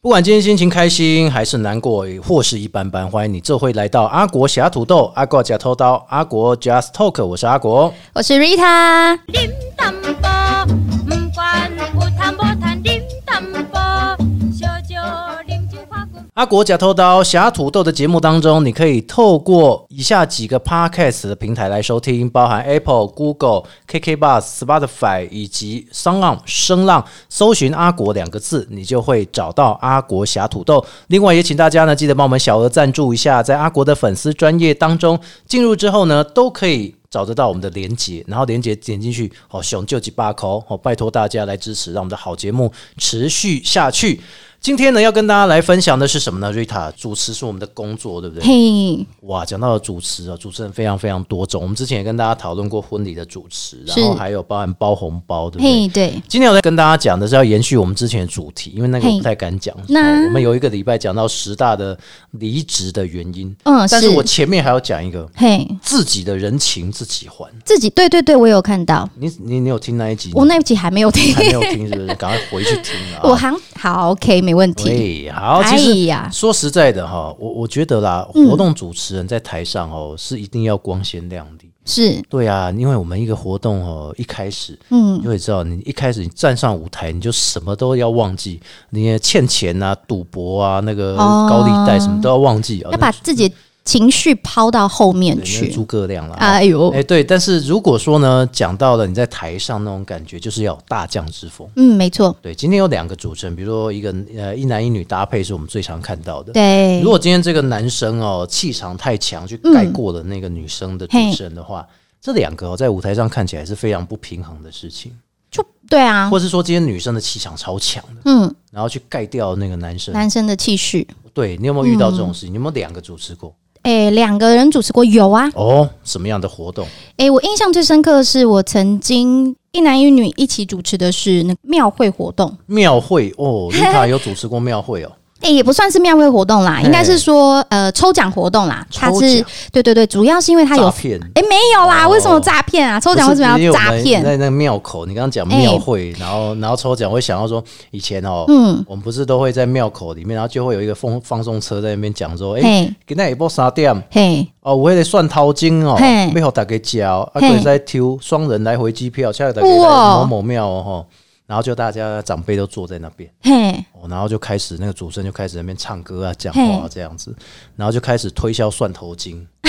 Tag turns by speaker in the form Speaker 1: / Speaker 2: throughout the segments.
Speaker 1: 不管今天心情开心还是难过，或是一般般，欢迎你这回来到阿国侠土豆、阿国假偷刀、阿国 Just Talk，我是阿国。
Speaker 2: 我是 Rita，
Speaker 3: điểm tâm bò Mù quan u tham bò than điểm tâm bò Cho cho điểm chữ khoa cùng
Speaker 1: 阿国假偷刀、侠土豆的节目当中，你可以透过以下几个 Podcast 的平台来收听，包含 Apple、Google、KK Bus、Spotify 以及 s o n g On 声浪，搜寻“阿国”两个字，你就会找到阿国侠土豆。另外，也请大家呢记得帮我们小额赞助一下，在阿国的粉丝专业当中进入之后呢，都可以。找得到我们的连接，然后连接点进去，好、熊就几把口，好、拜托大家来支持，让我们的好节目持续下去。今天呢，要跟大家来分享的是什么呢？瑞塔，主持是我们的工作，对不对？
Speaker 2: 嘿，
Speaker 1: 哇，讲到了主持啊，主持人非常非常多种。我们之前也跟大家讨论过婚礼的主持，然
Speaker 2: 是
Speaker 1: 后还有包含包红包，对不对？
Speaker 2: 嘿，对，
Speaker 1: 今天我在跟大家讲的是要延续我们之前的主题，因为那个我
Speaker 2: 嘿
Speaker 1: 不太敢讲。
Speaker 2: 那
Speaker 1: 哦我们有一个礼拜讲到十大的离职的原因，
Speaker 2: 嗯，
Speaker 1: 但是我前面还要讲一个
Speaker 2: 嘿
Speaker 1: 自己的人情自己还。
Speaker 2: 自己，对对对，我有看到，
Speaker 1: 你你你有听那一集？
Speaker 2: 我那一集还没有听
Speaker 1: 嗯还，没有听是不是？赶快回去听啊！
Speaker 2: 我还好，OK，没问题。
Speaker 1: 对，好，其实
Speaker 2: 哎呀嗯
Speaker 1: 说实在的哈，我我觉得啦，活动主持人在台上哦、是一定要光鲜亮丽。
Speaker 2: 是，
Speaker 1: 对啊，因为我们一个活动哦，一开始，
Speaker 2: 嗯
Speaker 1: 你会知道，你一开始你站上舞台，你就什么都要忘记，你也欠钱啊、赌博啊、那个
Speaker 2: 哦
Speaker 1: 高利贷什么都要忘记啊，
Speaker 2: 要把自己的情绪抛到后面
Speaker 1: 对那是
Speaker 2: 去。
Speaker 1: 诸葛亮啦。
Speaker 2: 哎呦
Speaker 1: 哎、，对，但是如果说呢，讲到了你在台上那种感觉，就是要有大将之风。
Speaker 2: 嗯，没错，
Speaker 1: 对，今天有两个主持人，比如说一个呃一男一女搭配，是我们最常看到的。
Speaker 2: 对
Speaker 1: 如，果今天这个男生哦气场太强，去盖过了那个女生的主持人的话，这两个哦在舞台上看起来是非常不平衡的事情，
Speaker 2: 就对啊，
Speaker 1: 或是说今天女生的气场超强的，
Speaker 2: 嗯，
Speaker 1: 然后去盖掉那个男生。
Speaker 2: 男生的气势，
Speaker 1: 对你有没有遇到这种事情？你有没有两个主持过？
Speaker 2: 哎，两个人主持过有啊，
Speaker 1: 哦，什么样的活动？
Speaker 2: 哎，我印象最深刻的是我曾经一男一女一起主持的是那个庙会活动。
Speaker 1: 庙会哦，丽塔有主持过庙 会哦，
Speaker 2: 哎、也不算是庙会活动啦，
Speaker 1: 嘿
Speaker 2: 应该是说呃抽奖活动啦。它
Speaker 1: 抽
Speaker 2: 是
Speaker 1: 奖
Speaker 2: 对对对，主要是因为它有
Speaker 1: 诈
Speaker 2: 哎、
Speaker 1: 骗。
Speaker 2: 没有啦，
Speaker 1: 哦
Speaker 2: 为什么诈骗啊？抽奖为什么要诈
Speaker 1: 不是因为我们
Speaker 2: 骗？哎
Speaker 1: 在那个庙口，你刚刚讲庙会，然后然后抽奖，我会想到说，以前哦，
Speaker 2: 嗯，
Speaker 1: 我们不是都会在庙口里面，然后就会有一个放放送车在那边讲说，哎、
Speaker 2: 嘿
Speaker 1: 今天下晡三点
Speaker 2: 嘿，
Speaker 1: 哦，我得算头金哦
Speaker 2: 嘿，
Speaker 1: 要互大家吃哦，啊，
Speaker 2: 嘿
Speaker 1: 可以再抽双人来回机票，下个大家
Speaker 2: 哇
Speaker 1: 来某某庙哦吼，然后就大家长辈都坐在那边。
Speaker 2: 嘿，
Speaker 1: 哦，然后就开始那个主持人就开始在那边唱歌啊、讲话、啊、这样子，然后就开始推销蒜头精，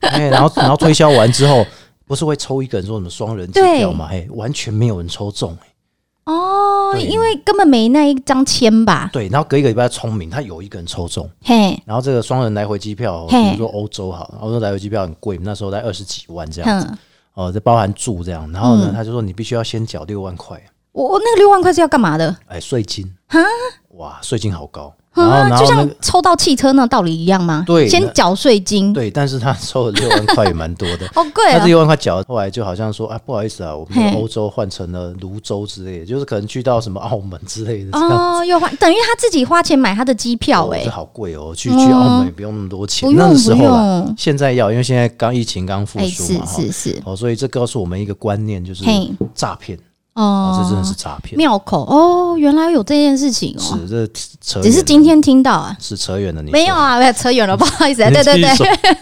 Speaker 1: 哎，然后然后推销完之后，不是会抽一个人说什么双人机票吗？哎，完全没有人抽中、哎，
Speaker 2: 哦，
Speaker 1: 对
Speaker 2: 因为根本没那一张签吧？
Speaker 1: 对，然后隔一个礼拜聪明，他有一个人抽中，
Speaker 2: 嘿，
Speaker 1: 然后这个双人来回机票，比
Speaker 2: 嘿
Speaker 1: 如说欧洲好了，欧洲来回机票很贵，那时候才二十几万这样子，
Speaker 2: 哼，
Speaker 1: 哦，这包含住这样，然后呢，
Speaker 2: 嗯
Speaker 1: 他就说你必须要先缴六万块，
Speaker 2: 我我那个六万块是要干嘛的？
Speaker 1: 哎，税金
Speaker 2: 哈，
Speaker 1: 哇，税金好高，然后
Speaker 2: 啊，
Speaker 1: 然
Speaker 2: 就
Speaker 1: 后那
Speaker 2: 像
Speaker 1: 个。
Speaker 2: 抽到汽车那道理一样吗？
Speaker 1: 对那
Speaker 2: 先缴税金，
Speaker 1: 对，但是他收了六万块也蛮多的，
Speaker 2: 好贵
Speaker 1: 他
Speaker 2: 啊
Speaker 1: 这！六万块缴，后来就好像说啊，不好意思啊，我们
Speaker 2: 嘿
Speaker 1: 的欧洲换成了泸州之类的，就是可能去到什么澳门之类的这样。
Speaker 2: 哦，又花等于他自己花钱买他的机票
Speaker 1: 哦
Speaker 2: 哎、
Speaker 1: 这好贵哦，去去澳门也不用那么多钱，
Speaker 2: 不
Speaker 1: 那
Speaker 2: 用
Speaker 1: 个时候
Speaker 2: 不
Speaker 1: 啦
Speaker 2: 用，
Speaker 1: 现在要，因为现在刚疫情刚复
Speaker 2: 哎、
Speaker 1: 苏
Speaker 2: 是
Speaker 1: 嘛，哈
Speaker 2: 是是，
Speaker 1: 哦，所以这告诉我们一个观念，就是
Speaker 2: 嘿
Speaker 1: 诈骗，
Speaker 2: 哦
Speaker 1: 哦，这真的是诈骗，
Speaker 2: 庙口哦，原来有这件事情哦，
Speaker 1: 是这扯远了，
Speaker 2: 只是今天听到啊，
Speaker 1: 是扯远了，你
Speaker 2: 没有啊，没有扯远了，不好 意思、啊，
Speaker 1: 说，
Speaker 2: 对对
Speaker 1: 你
Speaker 2: 对
Speaker 1: 继，续说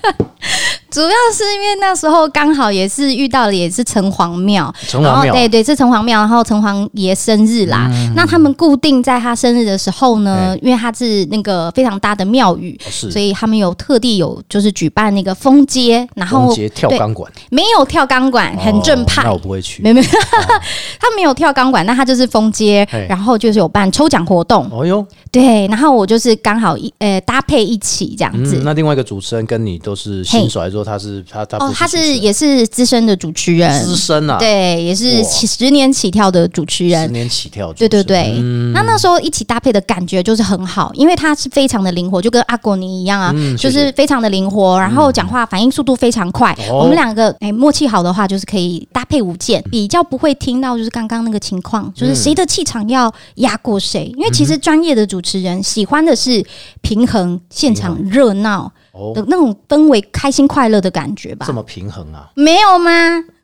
Speaker 2: 主要是因为那时候刚好也是遇到了，也是城隍庙，
Speaker 1: 城
Speaker 2: 然
Speaker 1: 隍
Speaker 2: 后
Speaker 1: 庙，嗯
Speaker 2: 哦对对是城隍庙，然后城隍爷生日啦，那他们固定在他生日的时候呢，因为他是那个非常大的庙宇。
Speaker 1: 哦
Speaker 2: 所
Speaker 1: 哎是
Speaker 2: 以他们有特地有就是举办那个封街，然
Speaker 1: 红
Speaker 2: 后
Speaker 1: 杰跳
Speaker 2: 对
Speaker 1: 钢管，
Speaker 2: 没有跳钢管，很正派
Speaker 1: 哦，那我不会去
Speaker 2: 没。有没有， 他没有跳钢管，那他就是封街
Speaker 1: 嘿，
Speaker 2: 然后就是有办抽奖活动，
Speaker 1: 哦哟，
Speaker 2: 对，然后我就是刚好一呃搭配一起这样子。
Speaker 1: 嗯，那另外一个主持人跟你都是新手，还是说他是他他不
Speaker 2: 哦，他
Speaker 1: 主持
Speaker 2: 是
Speaker 1: 人
Speaker 2: 也是资深的主持人，
Speaker 1: 资深啊，
Speaker 2: 对，也是
Speaker 1: 哇
Speaker 2: 起十年起跳的主持
Speaker 1: 十
Speaker 2: 人。
Speaker 1: 年起跳主持
Speaker 2: 对
Speaker 1: 人，
Speaker 2: 对对，
Speaker 1: 嗯
Speaker 2: 那那时候一起搭配的感觉就是很好，因为他是非常的灵活，就跟阿果尼一样啊，
Speaker 1: 嗯
Speaker 2: 就
Speaker 1: 谢嗯
Speaker 2: 是非常的灵活，然后讲话反应速度非常快。
Speaker 1: 哦嗯
Speaker 2: 我们两个哎、默契好的话，就是可以搭配舞剑，比较不会听到就是刚刚那个情况，就是谁的气场要压过谁。因为其
Speaker 1: 嗯
Speaker 2: 实专业的主持人喜欢的是平衡现场热闹
Speaker 1: 哦
Speaker 2: 的那种氛围，开心快乐的感觉吧
Speaker 1: 这。么平衡啊，
Speaker 2: 没有吗？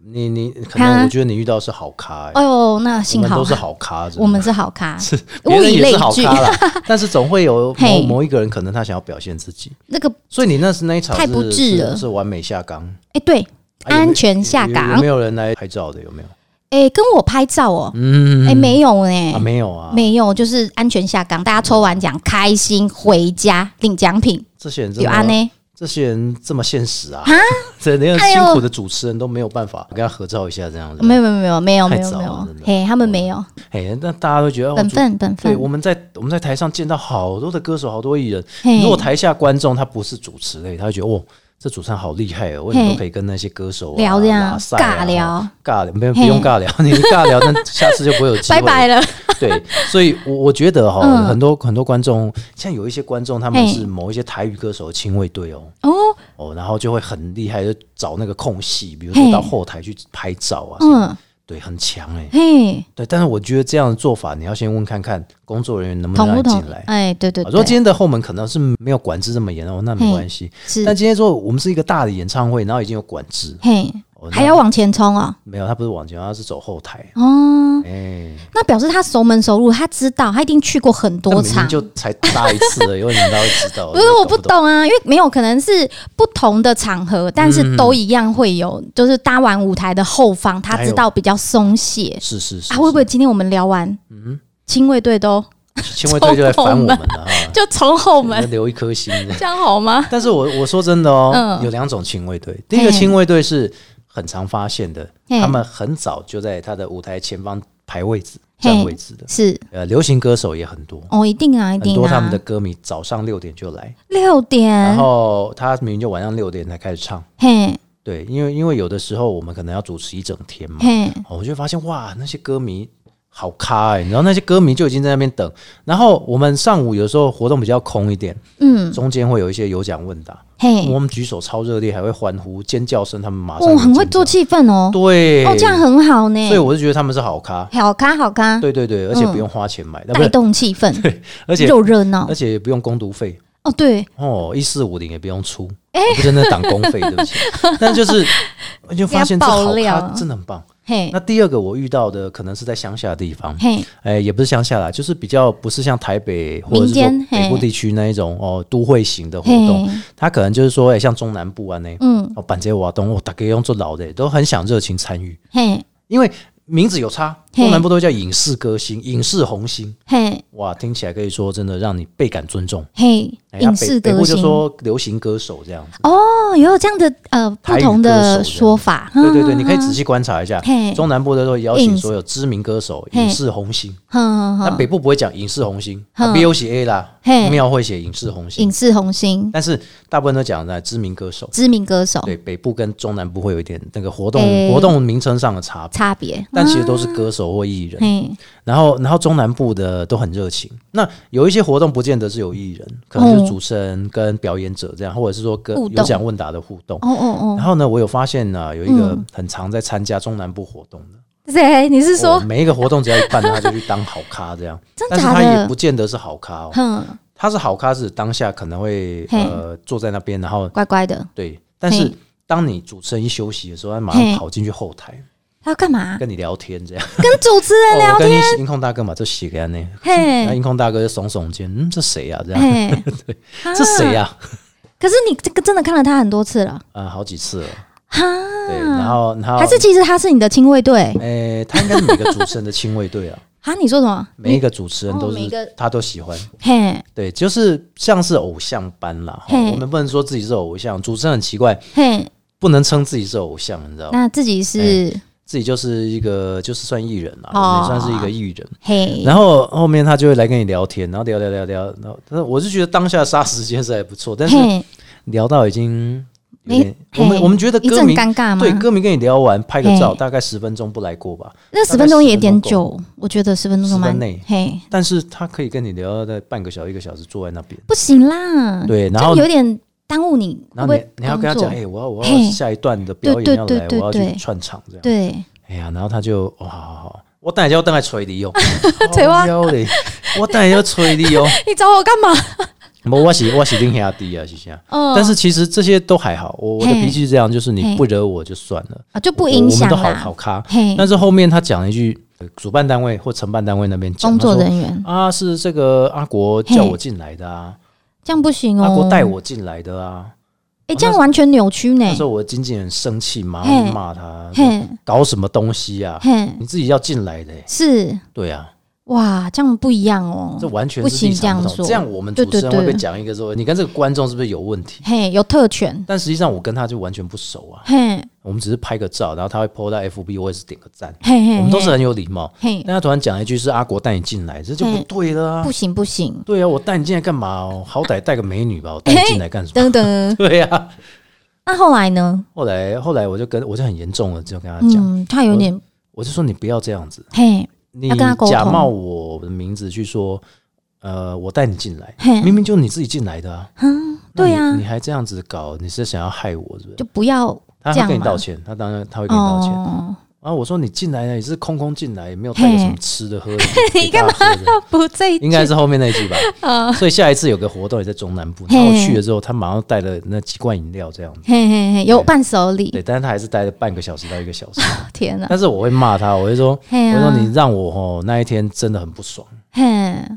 Speaker 1: 你你可能
Speaker 2: 他
Speaker 1: 我觉得你遇到的是好咖、欸，
Speaker 2: 哎呦，那
Speaker 1: 我
Speaker 2: 啊幸
Speaker 1: 们
Speaker 2: 好
Speaker 1: 都是好咖，真的
Speaker 2: 我们是好咖，物
Speaker 1: 别人
Speaker 2: 以
Speaker 1: 也
Speaker 2: 类
Speaker 1: 是好
Speaker 2: 聚
Speaker 1: 咖。 啦，但是总会有某
Speaker 2: 嘿
Speaker 1: 某一个人可能他想要表现自己，
Speaker 2: 那个
Speaker 1: 所以你那是那一场
Speaker 2: 太不
Speaker 1: 是
Speaker 2: 智
Speaker 1: 是
Speaker 2: 了
Speaker 1: 是完美下岗，
Speaker 2: 哎，对，
Speaker 1: 啊有没有
Speaker 2: 安全下岗
Speaker 1: 有有没有人来拍照的？有没有？
Speaker 2: 哎，跟我拍照哦，
Speaker 1: 嗯，
Speaker 2: 哎，没有哎
Speaker 1: 啊，，没有啊，
Speaker 2: 没有，就是安全下岗，大家抽完奖开心回家领奖品，
Speaker 1: 这些人这
Speaker 2: 有安
Speaker 1: 么
Speaker 2: 呢？
Speaker 1: 这些人这么现实啊
Speaker 2: 啊，
Speaker 1: 这连
Speaker 2: 哎
Speaker 1: 辛
Speaker 2: 呦
Speaker 1: 苦的主持人都没有办法跟他合照一下这样子，
Speaker 2: 没有没有没有没有
Speaker 1: 太
Speaker 2: 没有
Speaker 1: 早
Speaker 2: 没
Speaker 1: 了
Speaker 2: 有
Speaker 1: 真，的
Speaker 2: 嘿，他们没有
Speaker 1: 哎，那大家都觉得哦
Speaker 2: 本
Speaker 1: 主
Speaker 2: 分本
Speaker 1: 对，
Speaker 2: 分
Speaker 1: 我，们在我们在台上见到好多的歌手，好多艺人。
Speaker 2: 嘿
Speaker 1: 如果台下观众他不是主持类，他会觉得哦，这主持人好厉害哦，为什么都可以跟那些歌手、啊、
Speaker 2: 聊这样
Speaker 1: 拉塞啊
Speaker 2: 尬聊
Speaker 1: 尬聊，没有不
Speaker 2: 嘿
Speaker 1: 用尬聊， 你一尬聊，那下次就不会有机会。
Speaker 2: 拜拜了，
Speaker 1: 对，所以我我觉得哈、
Speaker 2: 嗯
Speaker 1: 很多很多观众，像有一些观众他们
Speaker 2: 嘿
Speaker 1: 是某一些台语歌手的亲卫队哦。
Speaker 2: 哦，
Speaker 1: 哦，然后就会很厉害，就找那个空隙，比如说
Speaker 2: 嘿
Speaker 1: 到后台去拍照啊，
Speaker 2: 嗯，
Speaker 1: 对，很强哎、
Speaker 2: 嘿，
Speaker 1: 对。但是我觉得这样的做法，你要先问看看工作人员能不能
Speaker 2: 同
Speaker 1: 让
Speaker 2: 不
Speaker 1: 你
Speaker 2: 同
Speaker 1: 进来？。
Speaker 2: 哎，对对
Speaker 1: 啊如果今
Speaker 2: 对，
Speaker 1: 天的后门可能是没有管制这么严哦，那没关系。
Speaker 2: 是
Speaker 1: 但今天说我们是一个大的演唱会，然后已经有管制，
Speaker 2: 嘿，
Speaker 1: 哦那
Speaker 2: 还要往前冲哦，
Speaker 1: 没有，他不是往前，他是走后台。
Speaker 2: 哦，
Speaker 1: 哎、
Speaker 2: 那表示他熟门熟路，他知道，他一定去过很
Speaker 1: 那
Speaker 2: 多
Speaker 1: 明明
Speaker 2: 场。
Speaker 1: 就才搭一次而已，因为你哪会知道？
Speaker 2: 不是我
Speaker 1: 不
Speaker 2: 不。懂啊，因为没有可能是不同的场合，但是都一样会有，就是搭完舞台的后方，他知道比较松懈
Speaker 1: 是是哎是
Speaker 2: 啊。会不会今天我们聊完，嗯，亲卫队都？
Speaker 1: 亲卫队就来烦我们了哈
Speaker 2: 就从后
Speaker 1: 我们
Speaker 2: 门，
Speaker 1: 留一颗心。
Speaker 2: 这样好吗？
Speaker 1: 但是我我说真的哦，
Speaker 2: 嗯
Speaker 1: 有两种亲卫队。第一个
Speaker 2: 嘿
Speaker 1: 亲卫队是很常发现的，
Speaker 2: 嘿
Speaker 1: 他们很早就在他的舞台前方排位置、占
Speaker 2: 嘿
Speaker 1: 位置的。
Speaker 2: 是
Speaker 1: 呃，流行歌手也很多，
Speaker 2: 哦，一定啊，一
Speaker 1: 很
Speaker 2: 定
Speaker 1: 多
Speaker 2: 啊。
Speaker 1: 他们的歌迷早上六点就来，
Speaker 2: 六
Speaker 1: 然
Speaker 2: 点，
Speaker 1: 后他明明就晚上六点才开始唱。
Speaker 2: 嘿
Speaker 1: 对，因为因为有的时候我们可能要主持一整天嘛，
Speaker 2: 嘿，
Speaker 1: 哦我就发现哇，那些歌迷好咖哎、然后那些歌迷就已经在那边等。然后我们上午有时候活动比较空一点，
Speaker 2: 嗯
Speaker 1: 中间会有一些有奖问答，
Speaker 2: 嘿，
Speaker 1: 我们举手超热烈，还会欢呼、尖叫声，他们马上
Speaker 2: 哦，
Speaker 1: 就
Speaker 2: 很会
Speaker 1: 尖
Speaker 2: 做
Speaker 1: 叫，
Speaker 2: 气氛哦。
Speaker 1: 对，
Speaker 2: 哦，这样很好呢
Speaker 1: 所以。我就觉得他们是好咖，
Speaker 2: 好咖好咖，
Speaker 1: 对对对，而且
Speaker 2: 嗯
Speaker 1: 不用花钱买，的，不
Speaker 2: 带
Speaker 1: 是，
Speaker 2: 动气氛，
Speaker 1: 而且
Speaker 2: 又热闹
Speaker 1: 而。且也不用攻读费。
Speaker 2: 哦，对，
Speaker 1: 哦，一四五零也不用出，
Speaker 2: 哎
Speaker 1: 我不是那党工费，对 不起。但就是我就发现这
Speaker 2: 不要爆
Speaker 1: 好
Speaker 2: 料
Speaker 1: 咖
Speaker 2: 啊
Speaker 1: 真的很棒。
Speaker 2: 嘿
Speaker 1: 那第二个我遇到的可能是在乡下的地方，
Speaker 2: 嘿，
Speaker 1: 哎，也不是乡下啦，就是比较不是像台北或者是
Speaker 2: 民
Speaker 1: 说
Speaker 2: 间
Speaker 1: 北部
Speaker 2: 嘿
Speaker 1: 地区那一种哦都会型的活动
Speaker 2: 嘿，，
Speaker 1: 它可能就是说哎像中南部啊那
Speaker 2: 嗯
Speaker 1: 哦板街瓦东哦大概用做老的都很想热情参与，
Speaker 2: 嘿
Speaker 1: 因为名字有差，
Speaker 2: 嘿
Speaker 1: 中南部都叫影视歌星、影视红星，
Speaker 2: 嘿
Speaker 1: 哇，听起来可以说真的让你倍感尊重。
Speaker 2: 嘿，
Speaker 1: 哎
Speaker 2: 影视
Speaker 1: 北北
Speaker 2: 歌
Speaker 1: 部就
Speaker 2: 星哦，
Speaker 1: 说流行歌手这样子。
Speaker 2: 有这样的呃不同的说法，嗯
Speaker 1: 对对对，你可以仔细观察一下
Speaker 2: 啊嘿，
Speaker 1: 中南部的时候邀请
Speaker 2: 影
Speaker 1: 所有知名歌手、
Speaker 2: 嘿哦
Speaker 1: 影视红星。
Speaker 2: 哼
Speaker 1: 那
Speaker 2: 哼
Speaker 1: 北
Speaker 2: 哼，
Speaker 1: 部不会讲影视红星啊
Speaker 2: 嗯
Speaker 1: ，B O 写 A 啦，
Speaker 2: 嘿
Speaker 1: 庙会写影视红
Speaker 2: 影
Speaker 1: 星，
Speaker 2: 视红星，
Speaker 1: 但是大部分都讲在知名歌手。
Speaker 2: 知名歌手
Speaker 1: 对，北部跟中南部会有一点那个活动
Speaker 2: 哎
Speaker 1: 活动名称上的差别，
Speaker 2: 差别，
Speaker 1: 但其实都
Speaker 2: 啊
Speaker 1: 是歌手或艺人。
Speaker 2: 嘿
Speaker 1: 然后，然后中南部的都很热情。那有一些活动不见得是有艺人，可能就是主持人跟表演者这样，或者是说跟
Speaker 2: 互动
Speaker 1: 有奖问答的互动。
Speaker 2: 哦哦
Speaker 1: 然
Speaker 2: 哦，
Speaker 1: 后呢，我有发现呢、有一个
Speaker 2: 嗯
Speaker 1: 很常在参加中南部活动的，
Speaker 2: 谁？你是
Speaker 1: 哦
Speaker 2: 说，
Speaker 1: 每一个活动只要一办，他就去当好咖 这样。
Speaker 2: 真
Speaker 1: 但是
Speaker 2: 假
Speaker 1: 他也
Speaker 2: 的
Speaker 1: 不？见得是好咖哦，
Speaker 2: 哼，
Speaker 1: 他是好咖是当下可能会
Speaker 2: 嘿
Speaker 1: 呃坐在那边，然后
Speaker 2: 乖乖的，
Speaker 1: 对，但是
Speaker 2: 嘿
Speaker 1: 当你主持人一休息的时候，他马上
Speaker 2: 嘿
Speaker 1: 跑进去后台
Speaker 2: 他要干嘛？
Speaker 1: 跟你聊天这样。
Speaker 2: 跟主持人
Speaker 1: 哦
Speaker 2: 聊
Speaker 1: 我跟
Speaker 2: 天，
Speaker 1: 音音控大哥嘛，就写给他那。那
Speaker 2: 嘿
Speaker 1: 音控大哥就耸耸肩，嗯，这谁呀、啊？这样，
Speaker 2: 嘿，
Speaker 1: 这谁呀、啊？
Speaker 2: 可是你这个真的看了他很多次了，
Speaker 1: 啊、好几次了。
Speaker 2: 哈，
Speaker 1: 对，然后，然后
Speaker 2: 还是其实他是你的亲卫队
Speaker 1: 诶、他应该是每个主持人的亲卫 队啊，
Speaker 2: 啊？你说什么？
Speaker 1: 每一个主持人都
Speaker 2: 哦每一个
Speaker 1: 是他都喜欢，
Speaker 2: 嘿
Speaker 1: 对，就是像是偶像般啦。
Speaker 2: 嘿
Speaker 1: 齁我们不能说自己是偶像，主持人很奇怪，
Speaker 2: 嘿，
Speaker 1: 不能称自己是偶像，你知道吗？
Speaker 2: 那自己是
Speaker 1: 自己就是一个就是算艺人啦，
Speaker 2: 哦
Speaker 1: 我们也算是一个艺人。
Speaker 2: 嘿，
Speaker 1: 然后后面他就会来跟你聊天，然后聊聊聊聊，然后但是我是觉得当下杀时间是还不错，但是
Speaker 2: 嘿，
Speaker 1: 聊到已经有
Speaker 2: 没
Speaker 1: 点，我们
Speaker 2: 嘿
Speaker 1: 我们觉得
Speaker 2: 一
Speaker 1: 歌
Speaker 2: 阵
Speaker 1: 迷
Speaker 2: 尴尬吗？
Speaker 1: 对歌迷跟你聊完拍个照，
Speaker 2: 嘿
Speaker 1: 大概十分钟不来过吧，
Speaker 2: 那十分钟也有点久，我觉得十分钟都蛮
Speaker 1: 10分内
Speaker 2: 嘿，
Speaker 1: 但是他可以跟你聊到在半个小时一个小时坐在那边，
Speaker 2: 不行啦，
Speaker 1: 对，
Speaker 2: 这
Speaker 1: 然后
Speaker 2: 嗯样有点耽误你，
Speaker 1: 然后你
Speaker 2: 会不会
Speaker 1: 你还要跟他
Speaker 2: 工作
Speaker 1: 讲，哎、我要我要
Speaker 2: 嘿
Speaker 1: 下一段的表演
Speaker 2: 对
Speaker 1: 要
Speaker 2: 对
Speaker 1: 来，
Speaker 2: 对
Speaker 1: 我要
Speaker 2: 对
Speaker 1: 去
Speaker 2: 对
Speaker 1: 串场这样，
Speaker 2: 对，
Speaker 1: 哎呀，然后他就哇，好好好，我等下就要 等来催你哦，
Speaker 2: 催我啊
Speaker 1: 靠腰嘞，我等下就要催你哦，
Speaker 2: 你找我干嘛？
Speaker 1: 不，我喜我喜定下低啊，是这样。
Speaker 2: 嗯
Speaker 1: 但是其实这些都还好，我我的
Speaker 2: 嘿
Speaker 1: 脾气是这样，就是你
Speaker 2: 嘿
Speaker 1: 不惹我就算了，
Speaker 2: 啊就不
Speaker 1: 我
Speaker 2: 影
Speaker 1: 我们
Speaker 2: 响
Speaker 1: 都好
Speaker 2: 啦
Speaker 1: 好。咖。
Speaker 2: 嘿，
Speaker 1: 但是后面他讲了一句，呃主办单位或承办单位那边讲，
Speaker 2: 工作
Speaker 1: 他说
Speaker 2: 人员
Speaker 1: 啊是这个阿国叫我进来的啊，
Speaker 2: 这样不行
Speaker 1: 阿
Speaker 2: 哦。
Speaker 1: 国带我进来的啊。
Speaker 2: 哎，这样完全扭曲呢
Speaker 1: 那。时候我的经纪人生气，马
Speaker 2: 嘿
Speaker 1: 上骂他，
Speaker 2: 嘿
Speaker 1: 搞什么东西啊？
Speaker 2: 嘿，
Speaker 1: 你自己要进来的、欸，
Speaker 2: 是
Speaker 1: 对啊，
Speaker 2: 哇，这样不一样哦
Speaker 1: 这。完全
Speaker 2: 不
Speaker 1: 是
Speaker 2: 行
Speaker 1: 立场不
Speaker 2: 这样做
Speaker 1: 同。这样我们
Speaker 2: 对
Speaker 1: 主持人
Speaker 2: 对
Speaker 1: 会被
Speaker 2: 对
Speaker 1: 讲一个说，你跟这个观众是不是有问题？
Speaker 2: 嘿，有特权。
Speaker 1: 但实际上我跟他就完全不熟啊，
Speaker 2: 嘿
Speaker 1: 我们只是拍个照，然后他会 PO 到 FB，我也是点个赞，
Speaker 2: 嘿嘿，
Speaker 1: 我们都是
Speaker 2: 嘿
Speaker 1: 很有礼貌。
Speaker 2: 嘿，
Speaker 1: 但他突然讲一句是阿国带你进来，这就不
Speaker 2: 嘿
Speaker 1: 对了啊
Speaker 2: 不！行不行，
Speaker 1: 对啊，我带你进来干嘛哦？好歹带个美女吧，我带你进来干什么？
Speaker 2: 等 等。
Speaker 1: 对啊，
Speaker 2: 那后来呢？
Speaker 1: 后来后来我就跟我就很严重了，就跟他啊讲，
Speaker 2: 嗯，他有点
Speaker 1: 我就说你不要这样子，
Speaker 2: 嘿
Speaker 1: 你
Speaker 2: 要跟他沟通
Speaker 1: 假冒我的名字去说，呃，我带你进来，
Speaker 2: 嘿，
Speaker 1: 明明就你自己进来的啊！
Speaker 2: 嗯，
Speaker 1: 那
Speaker 2: 对
Speaker 1: 你
Speaker 2: 啊
Speaker 1: 你，还这样子搞，你是想要害我是不是？
Speaker 2: 就不要
Speaker 1: 他
Speaker 2: 这
Speaker 1: 他
Speaker 2: 样
Speaker 1: 跟你
Speaker 2: 嘛
Speaker 1: 道歉，他当然他会跟你道歉。
Speaker 2: 哦，
Speaker 1: 然后我说你进来呢，也是空空进来，也没有带个什么
Speaker 2: 嘿
Speaker 1: 吃的喝 的。你干嘛？
Speaker 2: 不这一
Speaker 1: 应该是后面那一句 吧。
Speaker 2: 呃，
Speaker 1: 所以下一次有个活动也在中南部，
Speaker 2: 嘿
Speaker 1: 然后我去了之后，他马上带了那几罐饮料这样子。
Speaker 2: 嘿嘿嘿，有伴手礼
Speaker 1: 对，，但是他还是待了半个小时到一个 小时。
Speaker 2: 天哪，
Speaker 1: 但是我会骂他，我会说，
Speaker 2: 嘿
Speaker 1: 我
Speaker 2: 啊
Speaker 1: 说你让我哦那一天真的很不爽，
Speaker 2: 嘿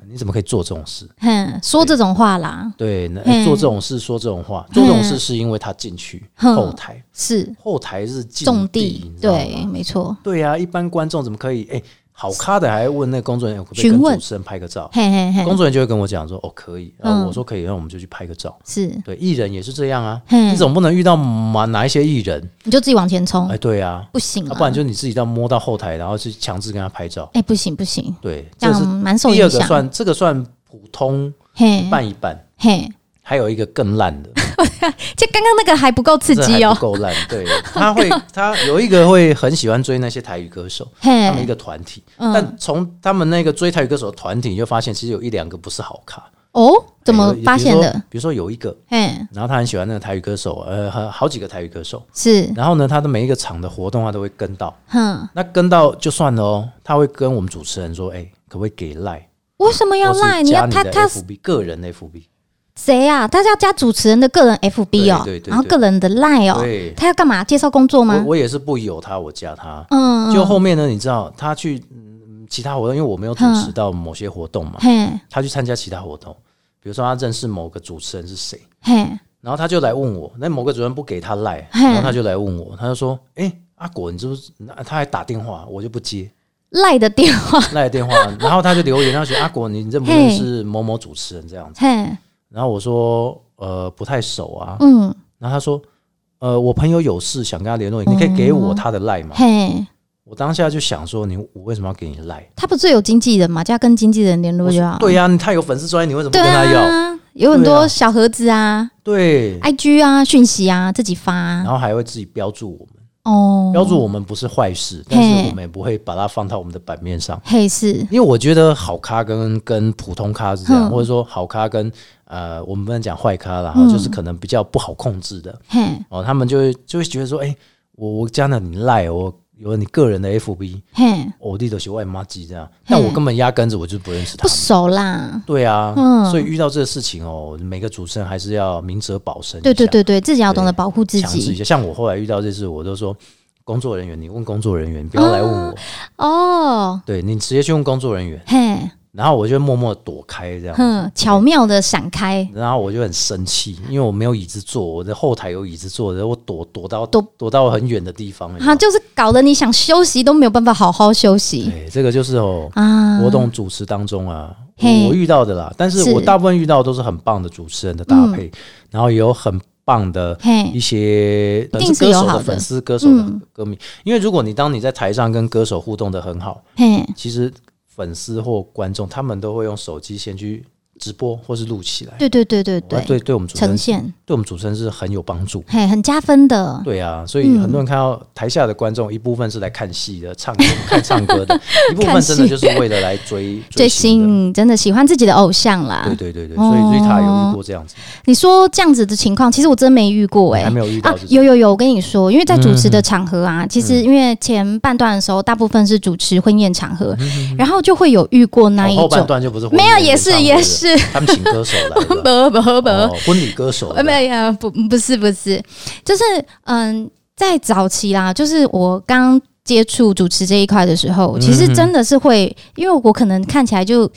Speaker 1: 你怎么可以做这种事？
Speaker 2: 嘿，说这种话啦，
Speaker 1: 对，那哎
Speaker 2: 嗯
Speaker 1: 做这种事说这种话，做这种事是因为他进去
Speaker 2: 哼
Speaker 1: 后台，
Speaker 2: 是
Speaker 1: 后台是禁
Speaker 2: 种
Speaker 1: 地
Speaker 2: 地，，
Speaker 1: 你知道吗
Speaker 2: 对，没错，
Speaker 1: 对啊，一般观众怎么可以？哎、好咖的还问那个工作人员，哎可不可以
Speaker 2: 询
Speaker 1: 跟
Speaker 2: 问
Speaker 1: 主持人拍个照？
Speaker 2: 嘿嘿
Speaker 1: 工
Speaker 2: 嘿，
Speaker 1: 作人员就会跟我讲说，哦，可以，然后
Speaker 2: 嗯
Speaker 1: 我说可以，然后我们就去拍个照。
Speaker 2: 是，
Speaker 1: 对，艺人也是这样啊，
Speaker 2: 嗯
Speaker 1: 你总不能遇到哪哪一些艺人，
Speaker 2: 你就自己往前
Speaker 1: 哎、
Speaker 2: 冲，
Speaker 1: 对啊，
Speaker 2: 不行
Speaker 1: 要、不然
Speaker 2: 啊，
Speaker 1: 就你自己到摸到后台，然后去强制跟他拍照。
Speaker 2: 哎，不行不行，
Speaker 1: 对，
Speaker 2: 这
Speaker 1: 这
Speaker 2: 样
Speaker 1: 是
Speaker 2: 蛮受
Speaker 1: 第
Speaker 2: 影
Speaker 1: 二个
Speaker 2: 响，
Speaker 1: 算，这个算普通
Speaker 2: 嘿
Speaker 1: 办一半，
Speaker 2: 嘿，
Speaker 1: 还有一个更烂 的，
Speaker 2: 这刚刚那个还不够刺
Speaker 1: 这
Speaker 2: 激
Speaker 1: 还
Speaker 2: 哦
Speaker 1: 不，够烂。对，他 会他有一个会很喜欢追那些台语歌手，他们一
Speaker 2: 嘿，
Speaker 1: 个团体，
Speaker 2: 哎嗯
Speaker 1: 但从他们那个追台语歌手的团体，你就发现其实有一两个不是好咖。
Speaker 2: 哦，怎么
Speaker 1: 哎有有
Speaker 2: 发
Speaker 1: 比如
Speaker 2: 现
Speaker 1: 说
Speaker 2: 的？
Speaker 1: 比如说有一个，
Speaker 2: 嘿，
Speaker 1: 然后他很喜欢那个台语歌手，呃，好好几个台语歌手。呃
Speaker 2: 是，
Speaker 1: 然后呢，他的每一个场的活动他都会跟到，
Speaker 2: 哼，
Speaker 1: 那跟到就算了哦，他会跟我们主持人说，哎、可不可以给赖？
Speaker 2: 为什么要
Speaker 1: 或是
Speaker 2: 赖？你
Speaker 1: 加
Speaker 2: 要
Speaker 1: 你
Speaker 2: 他
Speaker 1: 的
Speaker 2: 他
Speaker 1: FB 个人 FB，
Speaker 2: 谁啊？他是要加主持人的个人 FB 哦，
Speaker 1: 对对对对
Speaker 2: 然后个人的 Line 哦，
Speaker 1: 对，
Speaker 2: 他要干嘛？介绍工作
Speaker 1: 我
Speaker 2: 吗？
Speaker 1: 我也是不有他，我加他。
Speaker 2: 嗯，
Speaker 1: 就
Speaker 2: 嗯
Speaker 1: 后面呢，你知道他去、嗯、其他活动，因为我没有主持
Speaker 2: 嗯
Speaker 1: 到某些活动嘛，
Speaker 2: 嘿
Speaker 1: 他去参加其他活动，比如说他认识某个主持人是谁，
Speaker 2: 嗯嘿
Speaker 1: 然后他就来问我，那某个主持人不给他赖，
Speaker 2: 嘿
Speaker 1: 然后他就来问我，他就说：“哎、阿果，你是不是？”那他还打电话，我就不接
Speaker 2: 赖的电话，
Speaker 1: 赖的电话， 然后他就留言，他说：“阿果，你认不认识某某主持人？”这样子，
Speaker 2: 嘿，
Speaker 1: 然后我说：“呃，不太熟啊。
Speaker 2: 嗯，”
Speaker 1: 然后他说：“呃，我朋友有事想跟他联络，你可以给我他的赖吗
Speaker 2: 哦嘿，？”
Speaker 1: 我当下就想说：“你我为什么要给你赖
Speaker 2: 他不是有经纪人嘛，就要跟经纪人联？”络
Speaker 1: 我
Speaker 2: 就
Speaker 1: 说
Speaker 2: 好。
Speaker 1: 对呀、他有粉丝专业，你为什么不
Speaker 2: 对
Speaker 1: 哦跟他要？
Speaker 2: 啊，有很
Speaker 1: 对
Speaker 2: 多
Speaker 1: 啊
Speaker 2: 小盒子啊、
Speaker 1: 对，
Speaker 2: IG 啊、讯息啊，自己发
Speaker 1: 然
Speaker 2: 啊
Speaker 1: 后还会自己标注我们。
Speaker 2: 哦。
Speaker 1: 标注我们不是坏事，但是我们也不会把它放到我们的版面上。
Speaker 2: 嘿是，
Speaker 1: 因为我觉得好咖跟跟普通咖是这样，
Speaker 2: 嗯
Speaker 1: 或者说好咖跟呃，我们不能讲坏咖啦，
Speaker 2: 嗯
Speaker 1: 就是可能比较不好控制的
Speaker 2: 嘿
Speaker 1: 哦，他们就会就会觉得说，哎、我我加了你赖，我有你个人的 FB，
Speaker 2: 嘿，
Speaker 1: 我弟都是外妈鸡这样，但我根本压根子我就不认识他
Speaker 2: 不
Speaker 1: 们。
Speaker 2: 熟啦。
Speaker 1: 对啊，
Speaker 2: 嗯
Speaker 1: 所以遇到这个事情哦，每个主持人还是要明哲保身一下，
Speaker 2: 对对对对，自己要懂得
Speaker 1: 对
Speaker 2: 保护自
Speaker 1: 强制一
Speaker 2: 己
Speaker 1: 下。像我后来遇到这事，我都说工作人员，你问工作人员，不要来问我。
Speaker 2: 哦。
Speaker 1: 对你直接去问工作人员，
Speaker 2: 嘿，
Speaker 1: 然后我就默默地躲开这样，
Speaker 2: 哼，巧妙的闪开，
Speaker 1: 然后我就很生气，因为我没有椅子坐，我的后台有椅子坐，然后我躲躲到
Speaker 2: 躲
Speaker 1: 躲躲到很远的地方。你知道
Speaker 2: 啊，
Speaker 1: 吗
Speaker 2: 就是搞得你想休息都没有办法好好休息
Speaker 1: 对，这个就是哦，
Speaker 2: 啊。
Speaker 1: 活动主持当中啊，
Speaker 2: 嘿
Speaker 1: 我遇到的啦，但是我
Speaker 2: 是嗯
Speaker 1: 大部分遇到都是很棒的主持人的搭配，然后也有很棒的。一
Speaker 2: 嘿，
Speaker 1: 些可能
Speaker 2: 定是
Speaker 1: 歌
Speaker 2: 有
Speaker 1: 手
Speaker 2: 好
Speaker 1: 的
Speaker 2: 的
Speaker 1: 粉丝、歌手的
Speaker 2: 嗯
Speaker 1: 歌迷，因为如果你当你在台上跟歌手互动的很好，
Speaker 2: 嘿，
Speaker 1: 其实粉丝或观众他们都会用手机先去直播或是录起来。
Speaker 2: 对对对对
Speaker 1: 那
Speaker 2: 对，
Speaker 1: 对，对我们主持
Speaker 2: 呈
Speaker 1: 人，
Speaker 2: 现，嗯
Speaker 1: 对我们主持人是很有帮助。
Speaker 2: 嘿，很加分的。
Speaker 1: 对啊，所以很多人看到台下的观众，一部分是来看戏的、 唱歌、看唱歌的，一部分真的就是为了来追
Speaker 2: 最
Speaker 1: 追星的。
Speaker 2: 新啊真的喜欢自己的偶像啦
Speaker 1: 对。对对对，所以瑞塔有遇过这样子，
Speaker 2: 你说这样子的情况，其实我真没遇过哎、
Speaker 1: 还没有遇
Speaker 2: 啊
Speaker 1: 到这，种。
Speaker 2: 有有有，我跟你说，因为在主持
Speaker 1: 嗯
Speaker 2: 的场合啊，其实因为前半段的时候，大部分是主持婚宴场合，然后就会有遇过那一
Speaker 1: 嗯哦后半
Speaker 2: 种，啊
Speaker 1: 段就不是
Speaker 2: 没有也是也
Speaker 1: 是，
Speaker 2: 是
Speaker 1: 他们请歌手来
Speaker 2: 不
Speaker 1: 的，
Speaker 2: 不不，
Speaker 1: 哦婚礼歌手来
Speaker 2: 呃，
Speaker 1: 的，
Speaker 2: 没有，不，不是，不是，就是嗯，在早期啦，就是我刚接触主持这一块的时候，其实
Speaker 1: 嗯
Speaker 2: 真的是会，因为我可能看起来就。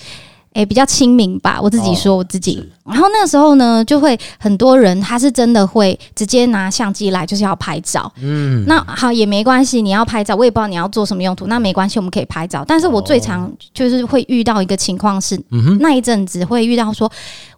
Speaker 2: 诶比较亲民吧，我自己说
Speaker 1: 哦
Speaker 2: 我自己。
Speaker 1: 是
Speaker 2: 然后那个时候呢，就会很多人他是真的会直接拿相机来，就是要拍照。
Speaker 1: 嗯，
Speaker 2: 那好也没关系，你要拍照，我也不知道你要做什么用途，那没关系，我们可以拍照。但是我最常就是会遇到一个情况是，
Speaker 1: 哦嗯哼，
Speaker 2: 那一阵子会遇到说，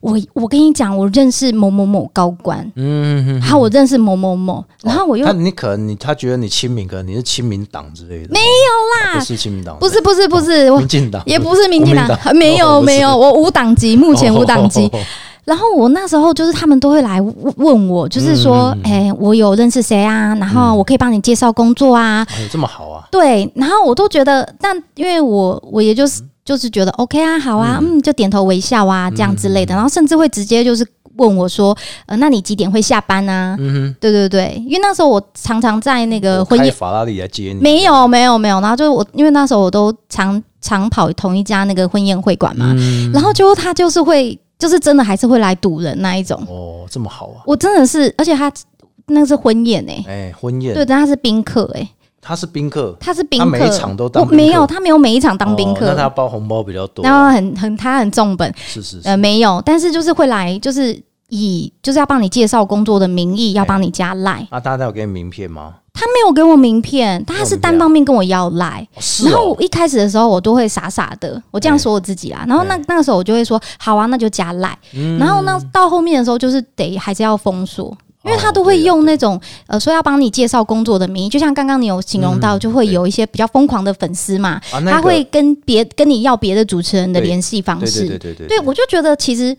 Speaker 2: 我我跟你讲，我认识某某某高官，
Speaker 1: 嗯哼哼，哦
Speaker 2: 然后我认识某某某，然后我又
Speaker 1: 他你可能你他觉得你亲民，可能你是亲民党之类的，没有啦，不是亲民党，
Speaker 2: 不是不是不是我
Speaker 1: 民。进党，
Speaker 2: 哦也不是民进党
Speaker 1: 国民，党
Speaker 2: 没有
Speaker 1: 哦不是
Speaker 2: 没有，我无党籍，目前无党籍。
Speaker 1: 哦
Speaker 2: 然后我那时候就是他们都会来问问我，就是说，
Speaker 1: 嗯嗯
Speaker 2: 哎、我有认识谁啊？然后我可以帮你介绍工作啊，
Speaker 1: 哎这么好啊，
Speaker 2: 对。然后我都觉得，但因为我我也就是
Speaker 1: 嗯
Speaker 2: 就是觉得 OK 啊，好啊，嗯，就点头微笑啊，这样之类
Speaker 1: 嗯
Speaker 2: 的。然后甚至会直接就是问我说，呃，那你几点会下班啊？
Speaker 1: 嗯
Speaker 2: 对对对，因为那时候我常常在那
Speaker 1: 哼，
Speaker 2: 个
Speaker 1: 我
Speaker 2: 呃婚
Speaker 1: 开
Speaker 2: 宴
Speaker 1: 法拉利来接你，
Speaker 2: 没有，没有，没有。然后就是我，因为那时候我都常常跑同一家那个婚宴会馆嘛，
Speaker 1: 嗯，
Speaker 2: 然后就他就是会，就是真的还是会来堵人那一种。
Speaker 1: 哦，这么好啊，
Speaker 2: 我真的是，而且他那是婚宴哎、
Speaker 1: 哎，婚
Speaker 2: 对对，
Speaker 1: 宴，
Speaker 2: 但他是宾客哎、
Speaker 1: 他是宾客，
Speaker 2: 他是宾
Speaker 1: 他
Speaker 2: 客，
Speaker 1: 每一场都当
Speaker 2: 我
Speaker 1: 宾客
Speaker 2: 没有，他没有每一场当宾
Speaker 1: 哦
Speaker 2: 客，
Speaker 1: 那他包红包比较多，
Speaker 2: 然后很很他很重本，
Speaker 1: 是是
Speaker 2: 呃
Speaker 1: 是，
Speaker 2: 没有，但是就是会来，就是以就是要帮你介绍工作的名义要帮你加赖，
Speaker 1: 啊，大家有给你名片吗？
Speaker 2: 他没有给我名片，他是单方面跟我要赖。
Speaker 1: 哦是
Speaker 2: 然后
Speaker 1: 哦
Speaker 2: 我，一开始的时候，我都会傻傻的，我这样
Speaker 1: 哎
Speaker 2: 说我自己啊。然后那
Speaker 1: 哎
Speaker 2: 那个时候我就会说，好啊，那就加赖。
Speaker 1: 嗯
Speaker 2: 然后那到后面的时候，就是得还是要封锁，因为
Speaker 1: 哦
Speaker 2: 他都会
Speaker 1: 对啊
Speaker 2: 用
Speaker 1: 对
Speaker 2: 那种呃说要帮你介绍工作的名义，就像刚刚你有形容到，
Speaker 1: 嗯
Speaker 2: 就会
Speaker 1: 对
Speaker 2: 有一些比较疯狂的粉丝嘛，
Speaker 1: 啊那
Speaker 2: 他
Speaker 1: 个
Speaker 2: 会跟别跟你要别的主持人的
Speaker 1: 对
Speaker 2: 联系方
Speaker 1: 对对
Speaker 2: 式
Speaker 1: 对。对对
Speaker 2: 对，我就觉得其实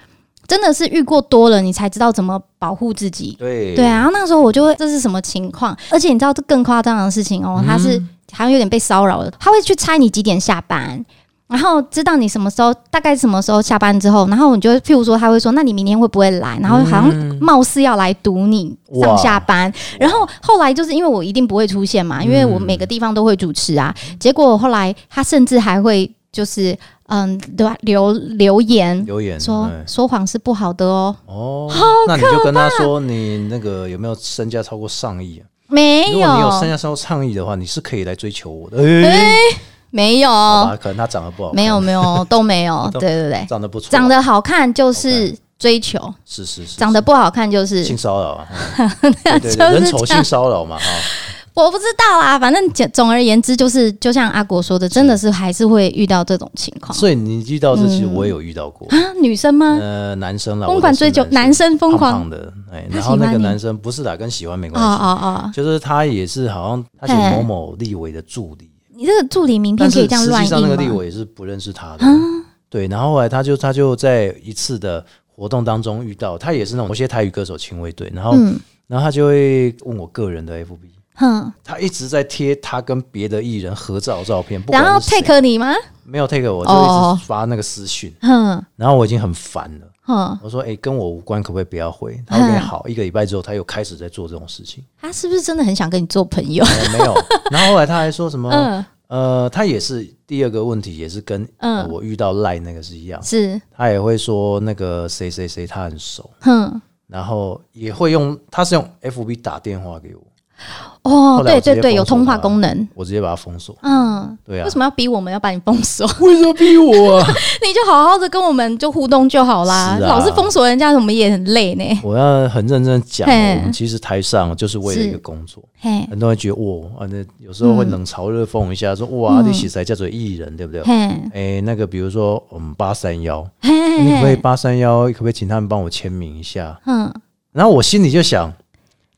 Speaker 2: 真的是遇过多了，你才知道怎么保护自己。
Speaker 1: 对
Speaker 2: 对啊，然后那时候我就会这是什么情况？而且你知道这更夸张的事情哦，他
Speaker 1: 嗯
Speaker 2: 是好像有点被骚扰了，他会去猜你几点下班。然后知道你什么时候，大概什么时候下班之后，然后你就会譬如说他会说，那你明天会不会来？然后好像貌似要来堵你
Speaker 1: 嗯哇
Speaker 2: 上下班。然后后来就是因为我一定不会出现嘛，因为我
Speaker 1: 嗯
Speaker 2: 每个地方都会主持啊。结果后来他甚至还会就是嗯留留留言
Speaker 1: 留言
Speaker 2: 说
Speaker 1: 哎
Speaker 2: 说谎是不好的哦，
Speaker 1: 哦，那你就跟他说你那个有没有身价超过上亿啊？
Speaker 2: 没
Speaker 1: 如果你有身价超过上亿的话，你是可以来追求我的。哎，
Speaker 2: 没有，
Speaker 1: 好吧，可能他长得不好看，
Speaker 2: 没有没有都没 有，对对对，
Speaker 1: 哦长得不错，
Speaker 2: 长得好看就是追求，
Speaker 1: 是是是，
Speaker 2: 长得不好看就是
Speaker 1: 性骚扰啊，嗯对对
Speaker 2: 就
Speaker 1: 对，
Speaker 2: 是
Speaker 1: 人丑
Speaker 2: 这
Speaker 1: 性
Speaker 2: 样
Speaker 1: 骚扰嘛，哈，
Speaker 2: 我不知道啦。反正简总而言之，就是就像阿国说的，真的是还是会遇到这种情况
Speaker 1: 所以你遇到这些
Speaker 2: 嗯
Speaker 1: 我也有遇到过，
Speaker 2: 啊。女生吗？
Speaker 1: 呃，男生啦，
Speaker 2: 疯
Speaker 1: 我
Speaker 2: 狂
Speaker 1: 认识
Speaker 2: 追求男
Speaker 1: 男
Speaker 2: 生疯
Speaker 1: 胖
Speaker 2: 狂
Speaker 1: 胖的，哎，
Speaker 2: 他
Speaker 1: 然后
Speaker 2: 喜欢
Speaker 1: 那个
Speaker 2: 你
Speaker 1: 男生不是啦，跟喜欢没
Speaker 2: 哦
Speaker 1: 关系，
Speaker 2: 哦哦！
Speaker 1: 就是他也是好像他是
Speaker 2: 嘿
Speaker 1: 某某立委的助理，
Speaker 2: 你这个助理名片
Speaker 1: 但
Speaker 2: 可以
Speaker 1: 是
Speaker 2: 这样
Speaker 1: 实
Speaker 2: 乱
Speaker 1: 际上那个立
Speaker 2: 印吗？啊
Speaker 1: 委是不认识他的，对。然后后来他就他就在一次的活动当中遇到，他也是那种某些台语歌手亲卫队，然后、
Speaker 2: 嗯
Speaker 1: 然后他就会问我个人的 FB，
Speaker 2: 哼，
Speaker 1: 他一直在贴他跟别的艺人合照的照片，不管
Speaker 2: 然后
Speaker 1: 是谁
Speaker 2: take 你吗？
Speaker 1: 没有 take 我，就
Speaker 2: 哦
Speaker 1: 一直发那个私讯，
Speaker 2: 哼
Speaker 1: 然后我已经很烦了。
Speaker 2: 哼，
Speaker 1: 我说：“哎、跟我无关，可不可以不要回？”他说：“
Speaker 2: 嗯
Speaker 1: 好。”一个礼拜之后，他又开始在做这种事情。
Speaker 2: 他是不是真的很想跟你做朋友？
Speaker 1: 哎没 有。然后后来他还说什么？
Speaker 2: 嗯，
Speaker 1: 呃，他也是第二个问题，也是跟、呃
Speaker 2: 嗯
Speaker 1: 我遇到赖那个是一样。
Speaker 2: 是，
Speaker 1: 他也会说那个谁谁谁他很熟，
Speaker 2: 哼，
Speaker 1: 然后也会用，他是用 FB 打电话给我，后，
Speaker 2: 哦
Speaker 1: 来
Speaker 2: 对
Speaker 1: 我直接
Speaker 2: 对对，有
Speaker 1: 封锁
Speaker 2: 通话
Speaker 1: 他
Speaker 2: 功能。
Speaker 1: 我直接把他封锁。
Speaker 2: 嗯，
Speaker 1: 对啊，
Speaker 2: 为什么要逼我们要把你封锁？
Speaker 1: 为什么逼我啊？
Speaker 2: 你就好好的跟我们就互动就好啦，
Speaker 1: 是啊
Speaker 2: 老是封锁人家，我们也很累呢。
Speaker 1: 我要很认真讲，
Speaker 2: 嘿
Speaker 1: 我们其实台上就是为了一个工作，
Speaker 2: 嘿，
Speaker 1: 很多人觉得哇，啊，那有时候会冷嘲热讽一下，说哇，你写才叫做艺人，对不对？
Speaker 2: 嗯嘿，
Speaker 1: 哎，那个比如说我们八三幺，
Speaker 2: 嘿，
Speaker 1: 你可不可以
Speaker 2: 嗯嘿，
Speaker 1: 八三幺，可不可以请他们帮我签名一下？
Speaker 2: 嗯，
Speaker 1: 然后我心里就想，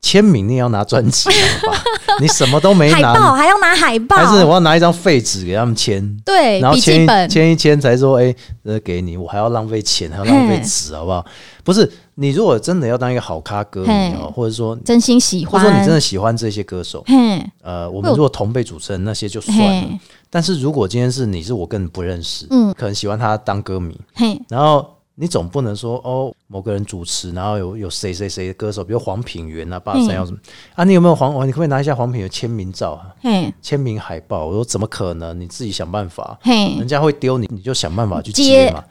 Speaker 1: 签名你也要拿专辑了吧？ 你什么都没
Speaker 2: 海
Speaker 1: 拿，
Speaker 2: 报还要拿海报，
Speaker 1: 还是我要拿一张废纸给他们签，
Speaker 2: 对
Speaker 1: 然后
Speaker 2: 笔
Speaker 1: 签
Speaker 2: 记
Speaker 1: 一
Speaker 2: 本，
Speaker 1: 签一签才说，哎、呃，给你，我还要浪费钱，还要浪费
Speaker 2: 嘿
Speaker 1: 纸，好不好？不是，你如果真的要当一个好咖歌迷哦
Speaker 2: 嘿，
Speaker 1: 或者说，
Speaker 2: 真心喜
Speaker 1: 或
Speaker 2: 欢，
Speaker 1: 者说你真的喜欢这些歌手，
Speaker 2: 嘿，
Speaker 1: 呃，我
Speaker 2: 会
Speaker 1: 们
Speaker 2: 有
Speaker 1: 如果同辈主持人那些就算了
Speaker 2: 嘿，，
Speaker 1: 但是如果今天是你是我根本不认识，
Speaker 2: 嗯
Speaker 1: 可能喜欢他当歌迷，
Speaker 2: 嘿，
Speaker 1: 然后你总不能说哦，某个人主持，然后有有谁谁谁的歌手，比如黄品源啊、八三幺什么、啊，你有没有黄？你可不可以拿一下黄品源签名照啊？
Speaker 2: 嘿，
Speaker 1: 签名海报？我说怎么可能？你自己想办法，人
Speaker 2: 嘿，
Speaker 1: 家会丢你，你就想办法去
Speaker 2: 接
Speaker 1: 嘛。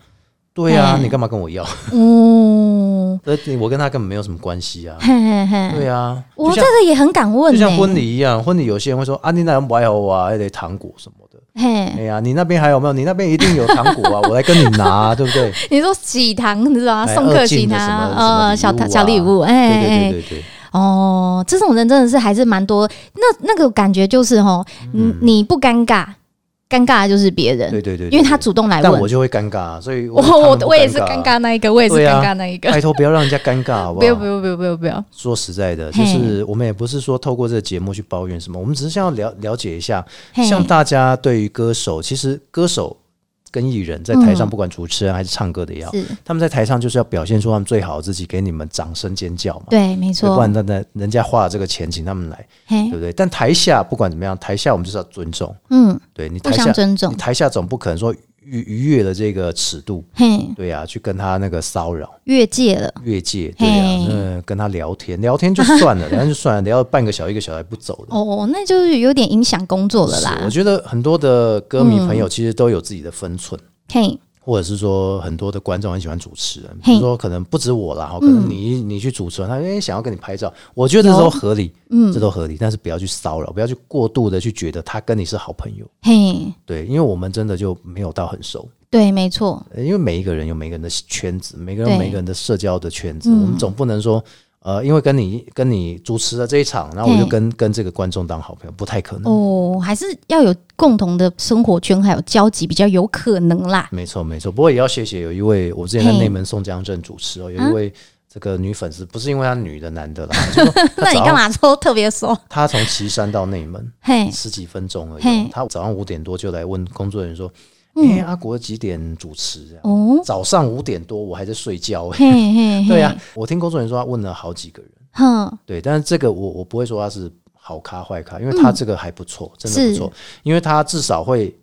Speaker 1: 对啊，
Speaker 2: 嘿
Speaker 1: 你干嘛跟我要？
Speaker 2: 哦，
Speaker 1: 那你我跟他根本没有什么关系啊。
Speaker 2: 嘿嘿嘿，
Speaker 1: 对啊，
Speaker 2: 嗯我
Speaker 1: 就
Speaker 2: 这
Speaker 1: 像
Speaker 2: 个也很敢问、
Speaker 1: 就
Speaker 2: 欸，
Speaker 1: 像婚礼一样，婚礼有些人会说啊，你那不还有啊，还得糖果什么的。哎
Speaker 2: 嘿，
Speaker 1: 呀，你那边还有没有？你那边一定有糖 果啊，我来跟你拿、啊，对不对？
Speaker 2: 你说喜糖你知道吗？
Speaker 1: 哎
Speaker 2: 送客喜
Speaker 1: 二进
Speaker 2: 糖，
Speaker 1: 的什么
Speaker 2: 呃，
Speaker 1: 什
Speaker 2: 小
Speaker 1: 么礼物啊
Speaker 2: 小礼物，哎、
Speaker 1: 对
Speaker 2: 哎
Speaker 1: 对
Speaker 2: 哎
Speaker 1: 对对对，
Speaker 2: 哦，这种人真的是还是蛮多，那那个感觉就是哦，你你不尴尬，尴尬的就是别人，
Speaker 1: 嗯对对对对
Speaker 2: 因为他主动来
Speaker 1: 但我
Speaker 2: 问。
Speaker 1: 就会尴尬啊，所以
Speaker 2: 我
Speaker 1: 就
Speaker 2: 我
Speaker 1: 他们不
Speaker 2: 我也是尴
Speaker 1: 啊，
Speaker 2: 尬那一个，我也是
Speaker 1: 对啊
Speaker 2: 尴尬那一个。
Speaker 1: 拜托不要让人家尴尬，好不好？
Speaker 2: 不要不要不要不要不要！
Speaker 1: 说实在的，就
Speaker 2: 嘿
Speaker 1: 是我们也不是说透过这个节目去抱怨什么，我们只是想要了了解一下，
Speaker 2: 嘿
Speaker 1: 像大家对于歌手，其实歌手跟艺人在台上，
Speaker 2: 嗯
Speaker 1: 不管主持人还是唱歌的也好，
Speaker 2: 是
Speaker 1: 他们在台上就是要表现出他们最好的自己，给你们掌声尖叫嘛。
Speaker 2: 对，没
Speaker 1: 对不
Speaker 2: 错
Speaker 1: 然。人家人家花了这个钱请他们来，
Speaker 2: 嘿
Speaker 1: 对，不对？但台下不管怎么样，台下我们就是要尊重，
Speaker 2: 嗯，
Speaker 1: 对你台
Speaker 2: 互相
Speaker 1: 下
Speaker 2: 尊
Speaker 1: 你
Speaker 2: 重。
Speaker 1: 台下总不可能说逾逾越了这个尺度，
Speaker 2: 嘿，
Speaker 1: 对啊，去跟他那个骚扰。
Speaker 2: 越界了。
Speaker 1: 越界，对啊
Speaker 2: 嘿，
Speaker 1: 那跟他聊天，聊天就算 了，聊天就算了，聊了半个小时一个小时还不走的。
Speaker 2: 哦，那就是有点影响工作了
Speaker 1: 是
Speaker 2: 啦嗯
Speaker 1: 我。觉得很多的歌迷朋友其实都有自己的分寸，
Speaker 2: 嘿，
Speaker 1: 或者是说很多的观众很喜欢主持人，
Speaker 2: 嘿
Speaker 1: 比
Speaker 2: 嗯
Speaker 1: 如说可能不止我啦，哈可能你、你去主持人，他哎想要跟你拍照，我觉得这
Speaker 2: 有
Speaker 1: 都合理，
Speaker 2: 嗯
Speaker 1: 这都合理，但是不要去骚扰，不要去过度的去觉得他跟你是好朋友，
Speaker 2: 嘿，
Speaker 1: 对，因为我们真的就没有到很熟，
Speaker 2: 对，没错。
Speaker 1: 呃因为每一个人有每个人的圈子，每个人有
Speaker 2: 对嗯
Speaker 1: 每个人的社交的圈子，我们总不能说，呃，因为跟你跟你主持了这一场，然后我就
Speaker 2: 对
Speaker 1: 跟跟这个观众当好朋友，不太可能。
Speaker 2: 哦，还是要有共同的生活圈，还有交集，比较有可 能啦。
Speaker 1: 没错没错，不过也要谢谢有一位我之前在
Speaker 2: 嘿
Speaker 1: 内门宋江镇主持哦，有
Speaker 2: 啊
Speaker 1: 一位这个女粉丝，不是因为她女的男的啦， 就说
Speaker 2: 那你干嘛说特别说？
Speaker 1: 她从岐山到内门
Speaker 2: 嘿，
Speaker 1: 十几分钟而已哦
Speaker 2: 嘿，
Speaker 1: 她早上五点多就来问工作人员说，哎、
Speaker 2: 嗯
Speaker 1: 阿国几点主持这样？
Speaker 2: 哦，
Speaker 1: 早上五点多我还在睡觉、欸，
Speaker 2: 嘿嘿，嘿
Speaker 1: 对呀、，我听工作人员说他问了好几个人。
Speaker 2: 哼，哦
Speaker 1: 对，但是这个我我不会说他是好咖坏咖，因为
Speaker 2: 嗯
Speaker 1: 他这个还不错，真的不错，因为他至少会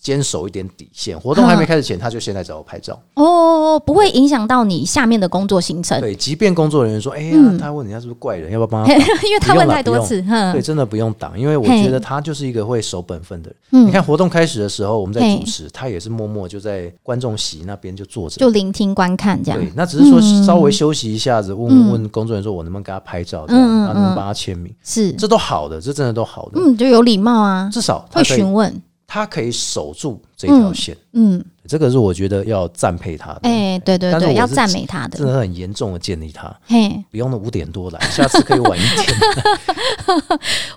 Speaker 1: 坚守一点底线。活动还没开始前，他就先来找我拍照。
Speaker 2: 哦，不会影响到你下面的工作行程，
Speaker 1: 对，即便工作人员说：“哎呀，
Speaker 2: 啊嗯
Speaker 1: 他问人家是不是怪人，要不要帮他
Speaker 2: 嘿
Speaker 1: 挡
Speaker 2: 因为他
Speaker 1: 不用
Speaker 2: 问
Speaker 1: 啦
Speaker 2: 太多次，？”
Speaker 1: 对，
Speaker 2: 哼，
Speaker 1: 真的不用挡，因为我
Speaker 2: 嘿
Speaker 1: 觉得他就是一个会守本分的人。
Speaker 2: 嗯
Speaker 1: 你看活动开始的时候，我们在
Speaker 2: 嘿
Speaker 1: 主持，他也是默默就在观众席那边就坐着。
Speaker 2: 就聆听观看这样
Speaker 1: 对，，那只是说
Speaker 2: 嗯
Speaker 1: 稍微休息一下子，问
Speaker 2: 嗯
Speaker 1: 问工作人员说：“我能不能跟他拍照？这
Speaker 2: 嗯嗯
Speaker 1: 样，啊他能不能
Speaker 2: 嗯
Speaker 1: 帮他签名？”
Speaker 2: 是，
Speaker 1: 这都好的，这真的都好的。
Speaker 2: 嗯，就有礼貌啊，
Speaker 1: 至少他
Speaker 2: 会
Speaker 1: 可以
Speaker 2: 询问，
Speaker 1: 他可以守住这条线，
Speaker 2: 嗯，
Speaker 1: 这个是我觉得要赞佩他的，
Speaker 2: 哎，对对
Speaker 1: 但是
Speaker 2: 对，
Speaker 1: 我
Speaker 2: 要
Speaker 1: 是啊
Speaker 2: 赞美他
Speaker 1: 真
Speaker 2: 的，
Speaker 1: 的很严重的建立他。
Speaker 2: 嘿，
Speaker 1: 不用那五点多来，下次可以晚一点。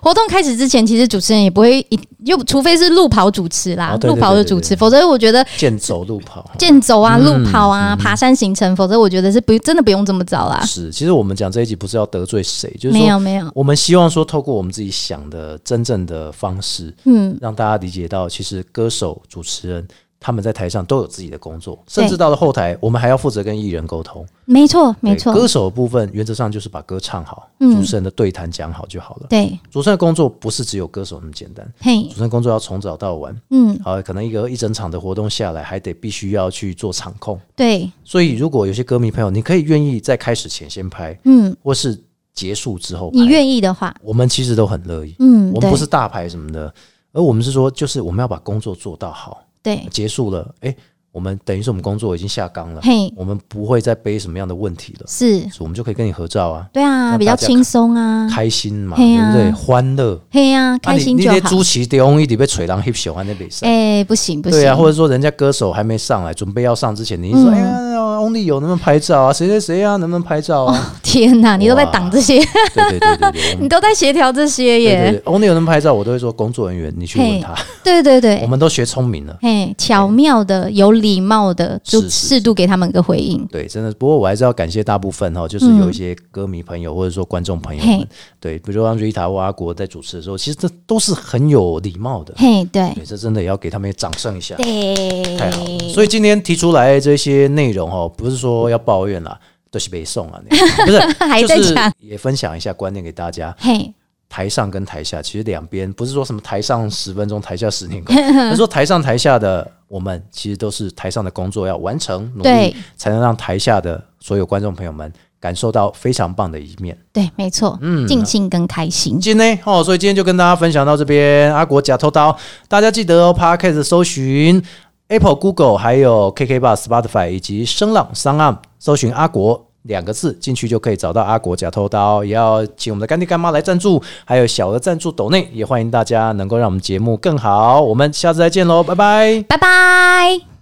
Speaker 2: 活动开始之前，其实主持人也不会一，又除非是路跑主持啦
Speaker 1: 哦，对
Speaker 2: 路
Speaker 1: 对
Speaker 2: 跑
Speaker 1: 对
Speaker 2: 的
Speaker 1: 对
Speaker 2: 主
Speaker 1: 对
Speaker 2: 持，否则我觉得
Speaker 1: 见走路 跑
Speaker 2: 健走啊、
Speaker 1: 嗯
Speaker 2: 路跑啊、爬山行程，否则我觉得是不真的不用这么早啦。
Speaker 1: 是，其实我们讲这一集不是要得罪谁，就是
Speaker 2: 没有
Speaker 1: 说
Speaker 2: 没有，
Speaker 1: 我们希望说透过我们自己想的真正的方式，
Speaker 2: 嗯，
Speaker 1: 让大家理解到，其实歌手、主持人他们在台上都有自己的工作，甚至到了后台，我们还要负责跟艺人沟通。
Speaker 2: 没错没
Speaker 1: 对歌
Speaker 2: 错，
Speaker 1: 手的部分原则上就是把歌唱好，
Speaker 2: 嗯
Speaker 1: 主持人的对谈讲好就好了。
Speaker 2: 对，
Speaker 1: 主持人的工作不是只有歌手那么简单，
Speaker 2: 嘿
Speaker 1: 主，持人工作要从早到晚，
Speaker 2: 嗯，
Speaker 1: 啊，可能一个一整场的活动下来，还得必须要去做场控。
Speaker 2: 对，
Speaker 1: 所以，如果有些歌迷朋友，你可以愿意在开始前先拍，
Speaker 2: 嗯，
Speaker 1: 或是结束之后拍，
Speaker 2: 你愿意的话，
Speaker 1: 我们其实都很乐意。
Speaker 2: 嗯，
Speaker 1: 我们
Speaker 2: 对
Speaker 1: 不是大牌什么的，而我们是说，就是我们要把工作做到好，
Speaker 2: 对，
Speaker 1: 结束了，哎、我们等于是我们工作已经下岗了，
Speaker 2: 嘿，
Speaker 1: 我们不会再背什么样的问题了，
Speaker 2: 是，
Speaker 1: 所以我们就可以跟你合照啊，
Speaker 2: 对啊，
Speaker 1: 让
Speaker 2: 比
Speaker 1: 大
Speaker 2: 较
Speaker 1: 家
Speaker 2: 轻松啊，
Speaker 1: 开心嘛，
Speaker 2: 嘿
Speaker 1: 对
Speaker 2: 啊
Speaker 1: 不对？欢乐。
Speaker 2: 嘿呀，
Speaker 1: 啊
Speaker 2: 开
Speaker 1: 你
Speaker 2: 心
Speaker 1: 你
Speaker 2: 就
Speaker 1: 连
Speaker 2: 好。
Speaker 1: 主持中一直被吹人翕相安那比赛。
Speaker 2: 哎，不行不行，
Speaker 1: 对啊，或者说人家歌手还没上来，准备要上之前，你一直说、
Speaker 2: 嗯
Speaker 1: 哎呀，Only 有能不能拍照啊？谁谁谁啊，能不能拍照啊？
Speaker 2: 天哪，你都在挡这些，
Speaker 1: 对对对对对，我
Speaker 2: 你
Speaker 1: 们
Speaker 2: 都在协调这
Speaker 1: 对
Speaker 2: 些
Speaker 1: 对
Speaker 2: 耶，
Speaker 1: 对，Only 有能不能拍照，我都会说工作人员你去问他，
Speaker 2: 对对对
Speaker 1: 我，们都学聪明了。
Speaker 2: 嘿，巧妙的、有礼貌的，就是
Speaker 1: 是
Speaker 2: 适度给他们一个回应。
Speaker 1: 对，真的。不过我还是要感谢大部分哈、哦，就是有一些歌迷朋友或者说观众朋友们，
Speaker 2: 嘿
Speaker 1: 对，比如说像 Rita 或阿国在主持的时候，其实这都是很有礼貌的。
Speaker 2: 嘿，对
Speaker 1: 对，这真的也要给他们掌声一下。
Speaker 2: 对，
Speaker 1: 太好了。所以今天提出来这些内容哦，不是说要抱怨啦，都、是北宋 啊，那个不是，
Speaker 2: 还在
Speaker 1: 就是
Speaker 2: 讲
Speaker 1: 也分享一下观念给大家。
Speaker 2: 嘿，
Speaker 1: 台上跟台下其实两边不是说什么台上十分钟，台下十年功， 而是说台上台下的我们其实都是台上的工作要完成努力
Speaker 2: 对，
Speaker 1: 才能让台下的所有观众朋友们感受到非常棒的一面。
Speaker 2: 对，没错，
Speaker 1: 嗯
Speaker 2: 尽兴跟开心。
Speaker 1: 今天哦，所以今天就跟大家分享到这边。阿国假偷刀，大家记得哦 p a r k a s 搜寻 Apple、Google 还有 KK b o x Spotify 以及声浪 s o n On 搜寻阿国。两个字进去就可以找到阿国假偷刀，也要请我们的干爹干妈来赞助，还有小额赞助抖内，也欢迎大家能够让我们节目更好。我们下次再见喽，拜拜。
Speaker 2: 拜拜。